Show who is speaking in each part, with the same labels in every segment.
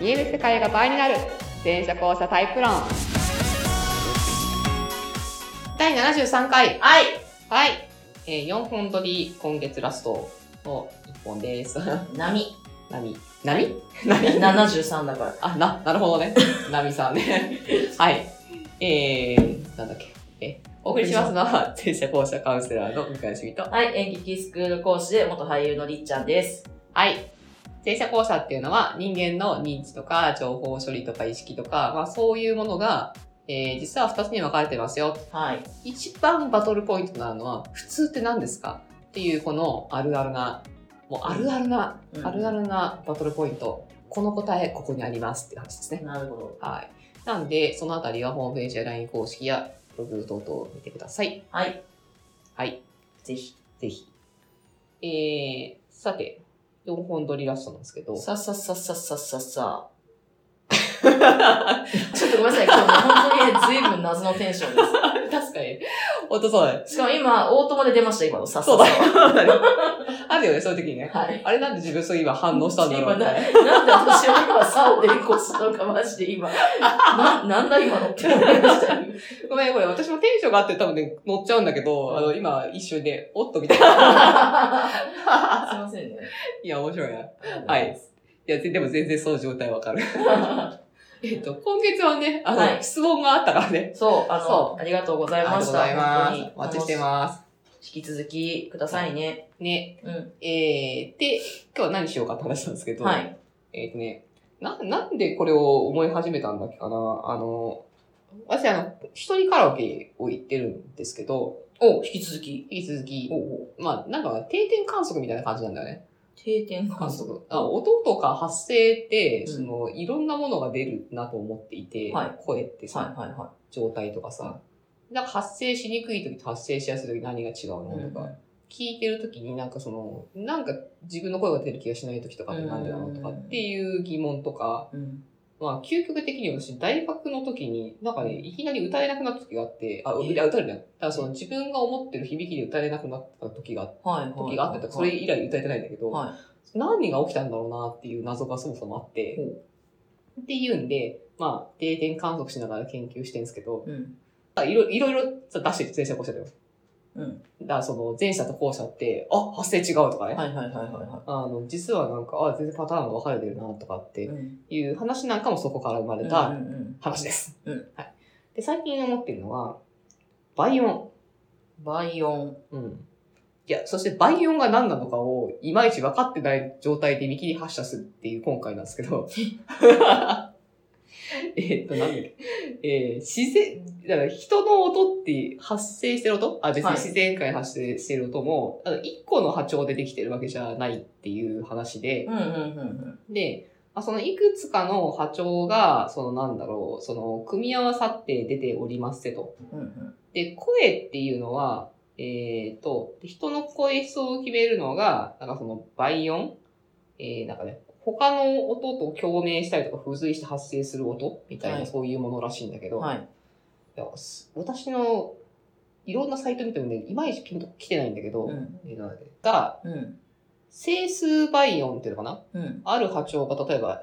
Speaker 1: 見える世界が倍になる全車交差タイプ論第73回
Speaker 2: はい。
Speaker 1: はい、えー、4本撮り今月ラストの1本です
Speaker 2: 波。
Speaker 1: 波波波
Speaker 2: 73だから。
Speaker 1: あ、な、なるほどね。 ナミさんね。 はい。えー、なんだっけ。え、お送りしますの は、全社校舎カウンセラーの向井しみと。
Speaker 2: はい。演劇スクール講師で元俳優のりっちゃんです。
Speaker 1: はい。全社校舎っていうのは、人間の認知とか、情報処理とか、意識とか、まあそういうものが、えー、実は2つに分かれてますよ。
Speaker 2: はい。
Speaker 1: 一番バトルポイントになるのは、普通って何ですかっていう、このあるあるな、もうあるあるな、
Speaker 2: うん
Speaker 1: あるあるなバトルポイント。この答え、ここにありますっていう話ですね。
Speaker 2: なるほど。
Speaker 1: はい。なんで、そのあたりはホームページや LINE 公式やブログ等々を見てください。
Speaker 2: はい。
Speaker 1: はい。
Speaker 2: ぜひ。
Speaker 1: ぜひ。えー、さて、4本撮りラストなんですけど。
Speaker 2: さっさっさっさっさっさっさ。ちょっとごめんなさい。今日ね、本当にね、ずいぶん謎のテンションで
Speaker 1: 確かに。ほんとそうだね。
Speaker 2: す。しかも今、オートマで出ました、今の。さっさ
Speaker 1: そ
Speaker 2: っ
Speaker 1: うだ
Speaker 2: さ
Speaker 1: ね。あるよね、そういう時にね。
Speaker 2: はい。
Speaker 1: あれなんで自分そう今反応したんだろう
Speaker 2: 今
Speaker 1: み
Speaker 2: な
Speaker 1: たいな。
Speaker 2: なんで私は今、さを連行したのか、マジで今。な、なんだ今のって思いま したよ。
Speaker 1: ごめん、これ私もテンションがあって多分ね、乗っちゃうんだけど、あの、今一瞬で、おっとみたいな。
Speaker 2: すいませんね。
Speaker 1: いや、面白いな。はい。いや、ででも全然その状態わかる。えっと、今月はね、あの、
Speaker 2: はい
Speaker 1: 質問があったからね。
Speaker 2: そう、あ
Speaker 1: そ
Speaker 2: の、ありがとうござ
Speaker 1: あ
Speaker 2: い
Speaker 1: りが
Speaker 2: ま
Speaker 1: とう
Speaker 2: し
Speaker 1: ご
Speaker 2: た。
Speaker 1: ざいます。お
Speaker 2: 本当に
Speaker 1: 待ちしてます。
Speaker 2: 引き続きくださいね。
Speaker 1: ね、
Speaker 2: うん。
Speaker 1: えー、で、今日は何しようかって話なんですけど、
Speaker 2: はい。
Speaker 1: えっ、とね、な、なんでこれを思い始めたんだっけかなあの、私、あの、一人カラオケを行ってるんですけど、
Speaker 2: お、引き続き。
Speaker 1: 引き続き
Speaker 2: お、お
Speaker 1: まあ、なんか定点観測みたいな感じなんだよね。
Speaker 2: 定点観
Speaker 1: 観
Speaker 2: 測。
Speaker 1: 測。あ音とか発声って、
Speaker 2: うん
Speaker 1: その、いろんなものが出るなと思っていて、
Speaker 2: はい
Speaker 1: 声ってさ、
Speaker 2: はいはいは
Speaker 1: 状態とかさ、なんか発生しにくい時と発生しやすい時何が違うの
Speaker 2: い。
Speaker 1: とか、聞いてる時になんかその、なんか自分の声が出る気がしない時とかってなんでなのとかっていう疑問とか、
Speaker 2: うん。
Speaker 1: まあ究極的に私大学の時になんかね、いきなり歌えなくなった時があって、あ、
Speaker 2: え
Speaker 1: いや歌えるね。だからその自分が思ってる響きで歌えなくなった時が、
Speaker 2: はいはい。
Speaker 1: 時があってた、それ以来歌えてないんだけど、
Speaker 2: は
Speaker 1: 何が起きたんだろうなっていう謎がそもそもあって、っていうんで、まあ定点観測しながら研究してるんですけど、
Speaker 2: い。うん。
Speaker 1: あいろいろいろさ出してる、前者後者だよ。
Speaker 2: うん。
Speaker 1: だからその前者と後者って、あ、発生違うとかね。
Speaker 2: はいはいはいはいは
Speaker 1: あの、実はなんか、あ、全然パターンが分かれてるなとかっ
Speaker 2: い。
Speaker 1: て
Speaker 2: うん。
Speaker 1: いう話なんかもそこから生まれ
Speaker 2: う
Speaker 1: た
Speaker 2: んうん
Speaker 1: 話です。
Speaker 2: うん
Speaker 1: はい。で、最近思ってるのは、倍音。
Speaker 2: 倍音。
Speaker 1: うん。いや、そして倍音が何なのかを、いまいち分かってない状態で見切り発射するっていう今回なんですけ ど。えっと、なんだっけ。えー、自然、だから人の音って発生してる音あ、別に
Speaker 2: はい
Speaker 1: 自然界に発生してる音も、あの一個の波長でできてるわけじゃないっていう話で
Speaker 2: う、んうんうん
Speaker 1: で、まあそのいくつかの波長が、そのなんだろう、その組み合わさって出ておりますせと。
Speaker 2: うん。うんうん。
Speaker 1: で、声っていうのは、えっ、と、人の声質を決めるのが、なんかその倍音えー、なんかね、他の音と共鳴したりとか、付随して発生する音みたいな、
Speaker 2: はい
Speaker 1: そういうものらしいんだけど、
Speaker 2: はい。
Speaker 1: いやす私のいろんなサイト見てもね、いまいちピンと来てないんだけど、
Speaker 2: うん。
Speaker 1: えーなんだっけが、
Speaker 2: うん。
Speaker 1: 整数倍音っていうのかな
Speaker 2: うん。
Speaker 1: ある波長が例えば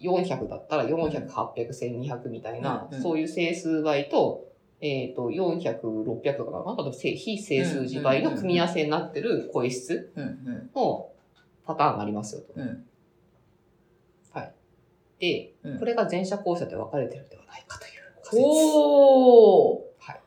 Speaker 1: 400だったら400、800、1200みたいな、
Speaker 2: うんうん
Speaker 1: そういう整数倍と、えっ、と、400、600とかな、なんかせ非整数字倍の組み合わせになってる声質
Speaker 2: うん。うん。
Speaker 1: のパターンがありますよと。
Speaker 2: うん。
Speaker 1: で、
Speaker 2: うん
Speaker 1: これが前者後者で分かれてるんではないかという仮説。
Speaker 2: おー。
Speaker 1: はい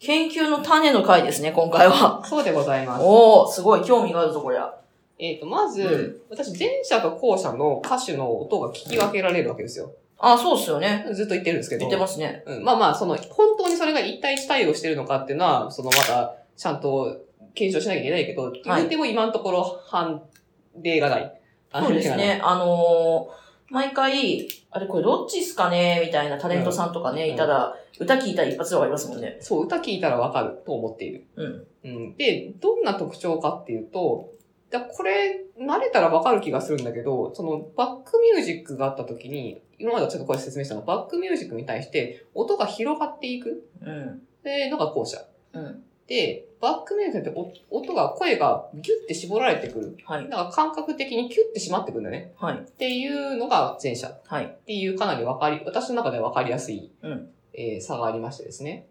Speaker 2: 研究の種の回ですね、今回は。
Speaker 1: そうでございます。
Speaker 2: おー、すごい、興味があるぞ、こりゃ。
Speaker 1: えっ、と、まず、
Speaker 2: うん
Speaker 1: 私、前者と後者の歌手の音が聞き分けられるわけですよ。
Speaker 2: あ、そうっすよね。
Speaker 1: ずっと言ってるんですけど。
Speaker 2: 言ってますね。
Speaker 1: うん、まあまあ、その、本当にそれが一対一対応してるのかっていうのは、そのまた、ちゃんと検証しなきゃいけないけど、言うても今のところ判例がない。
Speaker 2: そうですね。あのー毎回、あれこれどっちっすかねみたいなタレントさんとかね、
Speaker 1: うん
Speaker 2: いたら、歌聞いたら一発でわかりますもんね。
Speaker 1: そう、歌聞いたらわかると思っている。
Speaker 2: うん。
Speaker 1: うん。で、どんな特徴かっていうと、だこれ、慣れたらわかる気がするんだけど、その、バックミュージックがあった時に、今まではちょっとこれ説明したの、バックミュージックに対して、音が広がっていく。
Speaker 2: うん。
Speaker 1: で、のが後者。
Speaker 2: うん。
Speaker 1: で、バックミュージックってお音が、声がギュッて絞られてくる。
Speaker 2: はい。
Speaker 1: だから感覚的にキュッて締まってくるんだね。
Speaker 2: はい。
Speaker 1: っていうのが前者っ
Speaker 2: はい。
Speaker 1: ていうかなりわかり、私の中ではわかりやすい、
Speaker 2: うん
Speaker 1: えー差がありましてですね。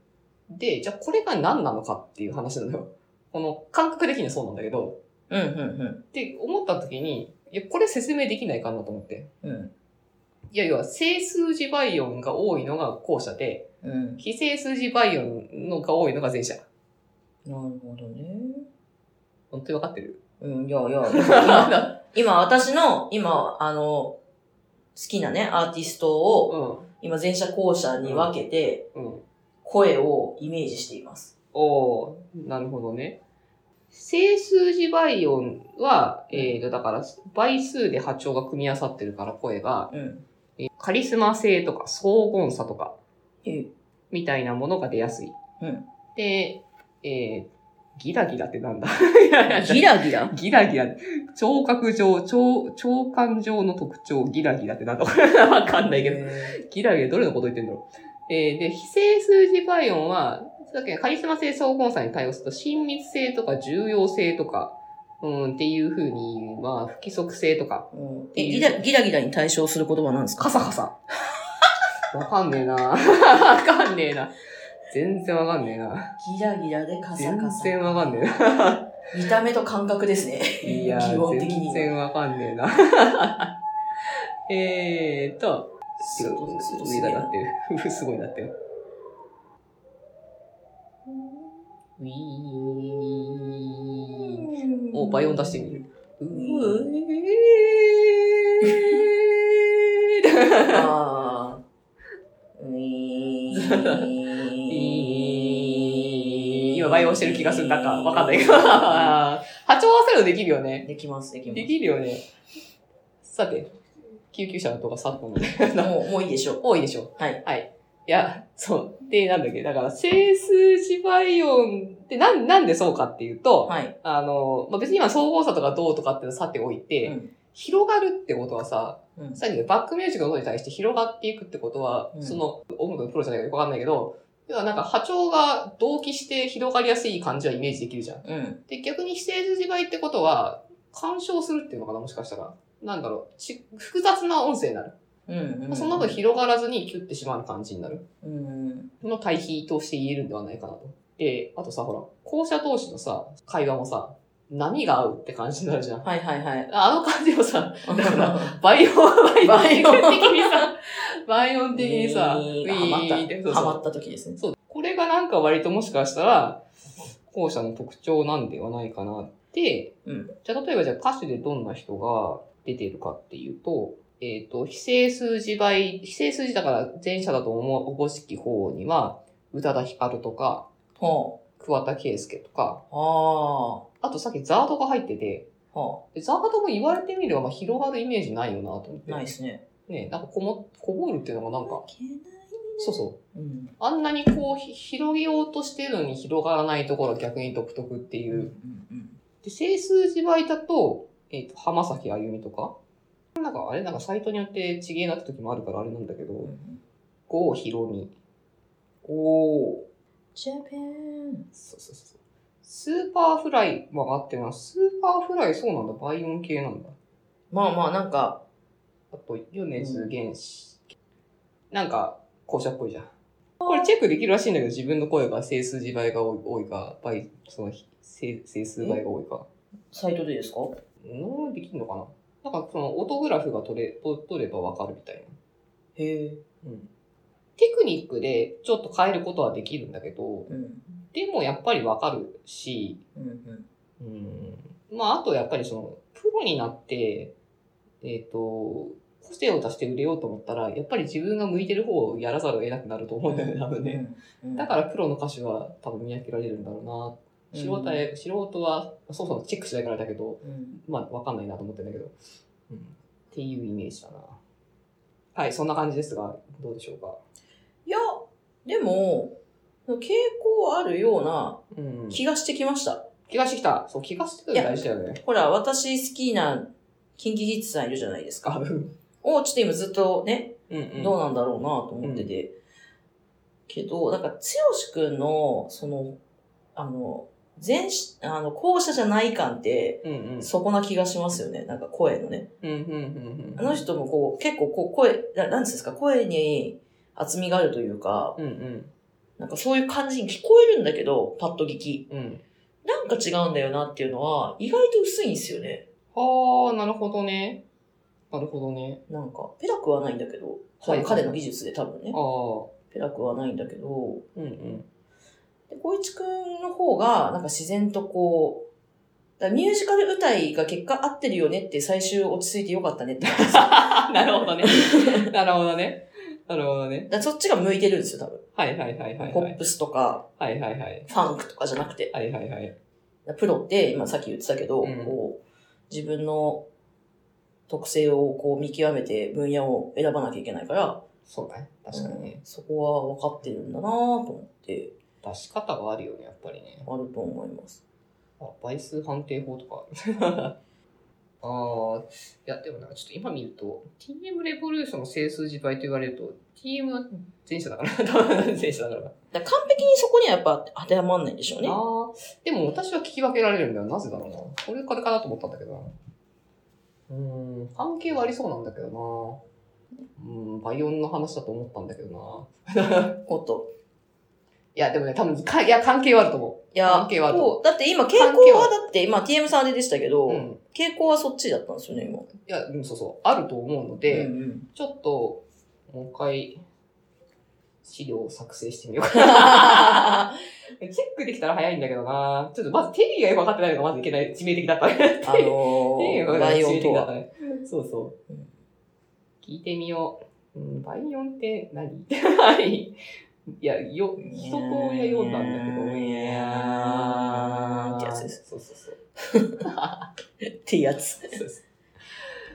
Speaker 1: で、じゃあこれが何なのかっていう話なのよ。この感覚的にはそうなんだけど、
Speaker 2: うん、うん、
Speaker 1: って思った時に、いや、これ説明できないかなと思って。
Speaker 2: うん。うん。
Speaker 1: いや、要は、整数字倍音が多いのが後者で、
Speaker 2: うん。なる
Speaker 1: 非整数字倍音のが多いのが前者。
Speaker 2: ほどね。
Speaker 1: 本当に分かってる
Speaker 2: うん、いやいや、今、 今私の、今、あの、好きなね、アーティストを、
Speaker 1: ん。
Speaker 2: 今、前者後者に分けて、
Speaker 1: うん。
Speaker 2: 声をイメージしています。
Speaker 1: おーなるほどね。整数字倍音は、
Speaker 2: うん
Speaker 1: えーと、だから、倍数で波長が組み合わさってるから声が、
Speaker 2: うん。
Speaker 1: えーカリスマ性とか、荘厳さとか、
Speaker 2: え
Speaker 1: みたいなものが出やすい。
Speaker 2: うん
Speaker 1: で、えーギラギラってなんだ
Speaker 2: ギラ ギラ
Speaker 1: ギラギラ。聴覚上、聴、聴感上の特徴、ギラギラってなんだ わかんないけど。
Speaker 2: ど。
Speaker 1: ギラギラどれのこと言ってんだろう。えーで、非整数字バイオンは、さっきのカリスマ性、総合差に対応すると、親密性とか重要性とか、うん、っていうふうに、まあ、不規則性とか、
Speaker 2: うんえ、ギラ、ギラギラに対象する言葉なんですか
Speaker 1: カサカ サ。わかんねえなわかんねえな。全然わかんねえな。
Speaker 2: ギラギラでカサ
Speaker 1: 全
Speaker 2: カサ。
Speaker 1: 然わかんねえな。
Speaker 2: 見た目と感覚ですね。
Speaker 1: いや
Speaker 2: 基本
Speaker 1: ー、
Speaker 2: 的に
Speaker 1: 全
Speaker 2: は
Speaker 1: 然わかんねえな。 えーっと、違う、上がなってる。 すごいなってる。ウィーン。お、倍音出してみる。ウィーン。
Speaker 2: あーういー ん
Speaker 1: 今倍音してる気がする。なんか、わかんないけど。 波長合わせるのできるよね。
Speaker 2: できます、できま
Speaker 1: できるよね。さて、救急車の音が去ったので。
Speaker 2: す。もう、もういいでしょう。
Speaker 1: 多いでしょ。
Speaker 2: はい。
Speaker 1: はい。いや、そう。で、なんだっけ。だから、整数字倍音って、なん、なんでそうかっていうと、
Speaker 2: はい。
Speaker 1: あの、まあ、別に今、総合差とかどうとかっていうのはさておいて、
Speaker 2: うん
Speaker 1: 広がるってことはさ、
Speaker 2: うん
Speaker 1: さっきのバックミュージックの音に対して広がっていくってことは、
Speaker 2: うん
Speaker 1: その、音楽のプロじゃないかよくわかんないけど、要はなんか波長が同期して広がりやすい感じはイメージできるじゃん。
Speaker 2: うん。
Speaker 1: で、逆に非整数字倍ってことは、干渉するっていうのかな、もしかしたら。なんだろう、ち複雑な音声になる。
Speaker 2: うん。うん
Speaker 1: その分、広がらずにキュッてしまう感じになる。
Speaker 2: うん。
Speaker 1: の対比として言えるんではないかなと。で、あとさ、ほら、校舎同士のさ、会話もさ、波が合うって感じになるじゃん。
Speaker 2: はいはいはい。
Speaker 1: あの感じもさ、バイオン、バイオン的にさ、バイオン的にさ、
Speaker 2: うーん
Speaker 1: ウィー
Speaker 2: ハマ
Speaker 1: って
Speaker 2: っ
Speaker 1: そう
Speaker 2: た。
Speaker 1: そ
Speaker 2: ハ
Speaker 1: う
Speaker 2: マった時ですね。
Speaker 1: そう。これがなんか割ともしかしたら、後者の特徴なんではないかなって、
Speaker 2: うん
Speaker 1: じゃあ例えばじゃあ歌手でどんな人が出てるかっていうと、えっ、と、非正数字倍、非正数字だから前者だと思う、おぼしき方には、宇多田ヒカルとか、
Speaker 2: ほ
Speaker 1: 桑田佳祐とか
Speaker 2: う。、あ
Speaker 1: あとさっきザードが入ってて、
Speaker 2: あ。は
Speaker 1: でザードも言われてみればまあ広がるイメージないよなと思って。
Speaker 2: あ。ないですね。
Speaker 1: ねなんかこも、こぼるっていうのがなんか、そうそう。
Speaker 2: うん。
Speaker 1: あんなにこうひ広げようとしてるのに広がらないところ逆に独特って
Speaker 2: う
Speaker 1: い
Speaker 2: ん。う
Speaker 1: う。
Speaker 2: ん。
Speaker 1: で、整数字倍だと、えっ、と、浜崎あゆみとか、なんかあれなんかサイトによって違えなって時もあるからあれなんだけ
Speaker 2: う
Speaker 1: ど、
Speaker 2: ん。
Speaker 1: 郷ひろみ。
Speaker 2: おー。ジャパン。
Speaker 1: そうそうそうそう。スーパーフライも上がってます。スーパーフライそうなんだ。倍音系なんだ。
Speaker 2: まあまあ、なんか、
Speaker 1: あと、米津玄師。なんか、校舎っぽいじゃん。これチェックできるらしいんだけど、自分の声が整数字倍が多い多いか、倍、その、整整数倍が多いか。
Speaker 2: サイトでですか
Speaker 1: うん、できるのかななんかその、音グラフが取れ、と取ればわかるみたい
Speaker 2: へえ。
Speaker 1: な。うん。テクニックでちょっと変えることはできるんだけど、
Speaker 2: うん。
Speaker 1: でもやっぱりわかるし、
Speaker 2: うんうん。
Speaker 1: うん。まあ、あとやっぱりその、プロになって、えっ、と、個性を出して売れようと思ったら、やっぱり自分が向いてる方をやらざるを得なくなると思うんだよね、多分ね。
Speaker 2: うん。
Speaker 1: だからプロの歌手は多分見分けられるんだろうな。素人へ素人は、そもそもチェックしないからだけど、
Speaker 2: うん。
Speaker 1: まあ、わかんないなと思ってんだけど、うん、っていうイメージだな。はい、そんな感じですが、どうでしょうか。
Speaker 2: いや、でも、傾向あるような
Speaker 1: うん、
Speaker 2: 気がしてきました。
Speaker 1: 気がしてきた。そう、気がしてくるの大事だよね。
Speaker 2: ほら、私好きな、キンキキッズさんいるじゃないです
Speaker 1: あ、う
Speaker 2: か。
Speaker 1: ん。
Speaker 2: を、ちょっと今ずっとね、
Speaker 1: うん、うん。
Speaker 2: どうなんだろうなと思ってて。けど、なんか、つよしくんの、その、あの、前し、あの、後者じゃない感って、
Speaker 1: うんうん。
Speaker 2: そこな気がしますよね。なんか声のね。
Speaker 1: うんうんうんうん。
Speaker 2: あの人もこう、結構こう声、ななんつうんですか、声に厚みがあるというか、
Speaker 1: うんうん
Speaker 2: なんかそういう感じに聞こえるんだけど、パッと聞き。
Speaker 1: うん。
Speaker 2: なんか違うんだよなっていうのは、意外と薄いんですよね。
Speaker 1: はあ、なるほどね。なるほどね。
Speaker 2: なんか、ペラくはないんだけど、
Speaker 1: はい
Speaker 2: 彼の技術で多分ね
Speaker 1: あ、あ
Speaker 2: ペラくはないんだけど、
Speaker 1: ー、うんうん。
Speaker 2: で、光一くんの方が、なんか自然とこう、だからミュージカル歌いが結果合ってるよねって最終落ち着いてよかっ たねって思うんですよだ か
Speaker 1: あ、なるほどね。 なるほどね。なるほどね。
Speaker 2: らそっちが向いてるんですよ、多分。
Speaker 1: はいはいはいはい
Speaker 2: ポ
Speaker 1: は
Speaker 2: ッ
Speaker 1: い。
Speaker 2: プスとか、
Speaker 1: はいはいはい。
Speaker 2: ファンクとかじゃなくて。
Speaker 1: はいはいはい。
Speaker 2: プロって、今さっき言ってたけど、
Speaker 1: うん
Speaker 2: こう、自分の特性をこう見極めて分野を選ばなきゃいけないから、
Speaker 1: そうだね。確かにね。
Speaker 2: そこは分かってるんだなぁと思って、
Speaker 1: 出し方があるよね、やっぱりね。
Speaker 2: あると思います。
Speaker 1: あ、倍数判定法とか。 ああ、いや、でもなんかちょっと今見ると、TM レボリューションの整数字倍と言われると、TM は前者だから、多分前者だから。
Speaker 2: だから完璧にそこにはやっぱ当てはまんないんでしょうね。
Speaker 1: ああ、でも私は聞き分けられるんだよ。なぜだろうな。これからかなと思ったんだけどな。うーん、関係はありそうなんだけどな。うーん、バイオンの話だと思ったんだけどな。
Speaker 2: おっと。
Speaker 1: いや、でもね、多分か、いや、関係はあると思
Speaker 2: いや
Speaker 1: 関係はある
Speaker 2: こうだって今傾向
Speaker 1: 関係は
Speaker 2: はだって、今 TM さんあれでしたけど、
Speaker 1: う。うん。
Speaker 2: 傾向はそっちだったんですよね、今。
Speaker 1: いや、うん、そうそう。あると思うので、
Speaker 2: うんうん、
Speaker 1: ちょっと、もう一回、資料を作成してみようか
Speaker 2: あ
Speaker 1: な。 チェックできたら早いんだけどな。ちょっとまず、テリーがよく分かってないのがまずいけない、致命的だったね。
Speaker 2: の ー、バイオンとは。
Speaker 1: ね。そうそう。
Speaker 2: うん
Speaker 1: 聞いてみよう。うん、バイオンって何 はい。いや、よ、一通りは読んだんだけど。
Speaker 2: いやーってやつです。
Speaker 1: そうそうそう。
Speaker 2: ってやつ。
Speaker 1: そうそう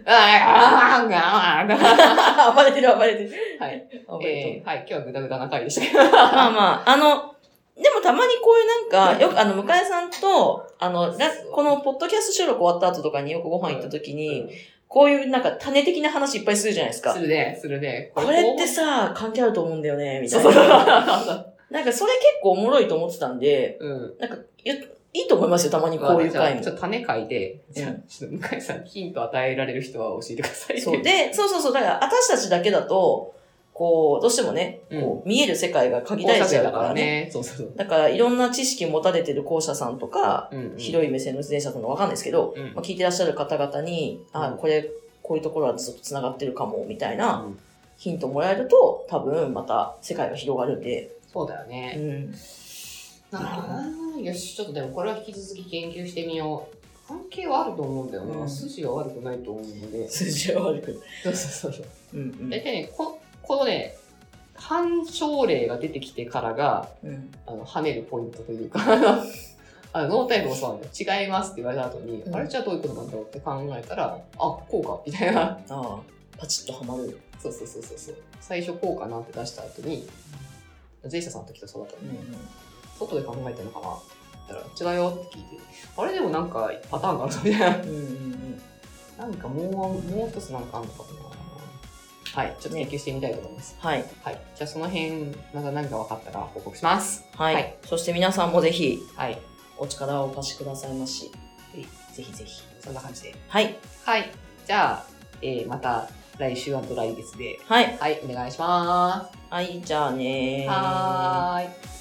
Speaker 1: あーあーあーあーあ
Speaker 2: 暴れてる暴れてる。
Speaker 1: はい。
Speaker 2: 暴
Speaker 1: ー
Speaker 2: れて
Speaker 1: え
Speaker 2: る。
Speaker 1: ーはい、今日はグダグダな回でしたけど。
Speaker 2: まあまあ、あの、でもたまにこういうなんか、よくあの、向井さんと、あの、ラこのポッドキャスト収録終わった後とかによくご飯行った時に、こういうなんか種的な話いっぱいするじゃないですか
Speaker 1: す。るね、するね。
Speaker 2: これってさ、関係あると思うんだよね、みた
Speaker 1: そう
Speaker 2: い
Speaker 1: そうそう
Speaker 2: な。
Speaker 1: そう
Speaker 2: なんかそれ結構おもろいと思ってたんで、
Speaker 1: うん。
Speaker 2: なんか、いいいと思いますよ、たまにこういう回
Speaker 1: まあ
Speaker 2: も
Speaker 1: じゃあちょっ。と種書いて、じゃあ
Speaker 2: う
Speaker 1: ちょっと向井さんにヒント与えられる人は教えてください。
Speaker 2: そう。で、そうそうそう、だから私たちだけだと、こう、どうしてもね、
Speaker 1: うん
Speaker 2: こう見える世界が限
Speaker 1: 高
Speaker 2: られ
Speaker 1: 校
Speaker 2: ち
Speaker 1: 生
Speaker 2: ゃう
Speaker 1: だ
Speaker 2: か
Speaker 1: から
Speaker 2: らね。
Speaker 1: ね。そうそうそう。
Speaker 2: だから、いろんな知識を持たれてる校舎さんとか、
Speaker 1: うんうん
Speaker 2: 広い目線の自転車さんとかわかんないですけど、
Speaker 1: うん
Speaker 2: まあ、聞いてらっしゃる方々に、
Speaker 1: う
Speaker 2: あ、
Speaker 1: ん
Speaker 2: これ、こういうところはずっと繋がってるかも、みたいな
Speaker 1: うん
Speaker 2: ヒントもらえると、多分また世界が広がるんで。
Speaker 1: そうだよ
Speaker 2: う
Speaker 1: ね。
Speaker 2: ん。
Speaker 1: なるほどな。よし、ちょっとでもこれは引き続き研究してみよう。関係はあると思うんだよな。
Speaker 2: うん
Speaker 1: 筋は悪くないと思うので。
Speaker 2: 数字は悪くない。
Speaker 1: そうそうそう。
Speaker 2: うんうん
Speaker 1: 大体ね、ここのね、反症例が出てきてからが、
Speaker 2: うん。
Speaker 1: あの、跳ねるポイントというか、 あの、ノータイプもそうなんだよ。違いますって言われた後に、
Speaker 2: うん
Speaker 1: あれじゃあどういうことなんだろうって考えたら、あ、こうか、みたいな。
Speaker 2: ああ、パチッとはまる。
Speaker 1: そうそうそうそうそう。最初こうかなって出した後に、前者さんの時とそうだったの
Speaker 2: うんうん。
Speaker 1: 外で考えてるのかなって言ったら、違うよって聞いて、あれでもなんかパターンがあるぞみたい
Speaker 2: うんうんうん。
Speaker 1: な。なんかもう、もう一つなんかあるのかな。はい、ちょっと研究してみたいと思います。
Speaker 2: はい。
Speaker 1: はい、じゃあその辺、また何か分かったら報告します。
Speaker 2: はい。
Speaker 1: はい
Speaker 2: そして皆さんもぜひ、
Speaker 1: はい、
Speaker 2: お力をお貸しくださいまし。
Speaker 1: い
Speaker 2: ぜひぜひ。
Speaker 1: そんな感じで。
Speaker 2: はい。
Speaker 1: はい、じゃあ、えーまた来週は来月で、
Speaker 2: はい。
Speaker 1: はい、お願いしま
Speaker 2: はい、じゃあね
Speaker 1: す。
Speaker 2: ー。
Speaker 1: はーい。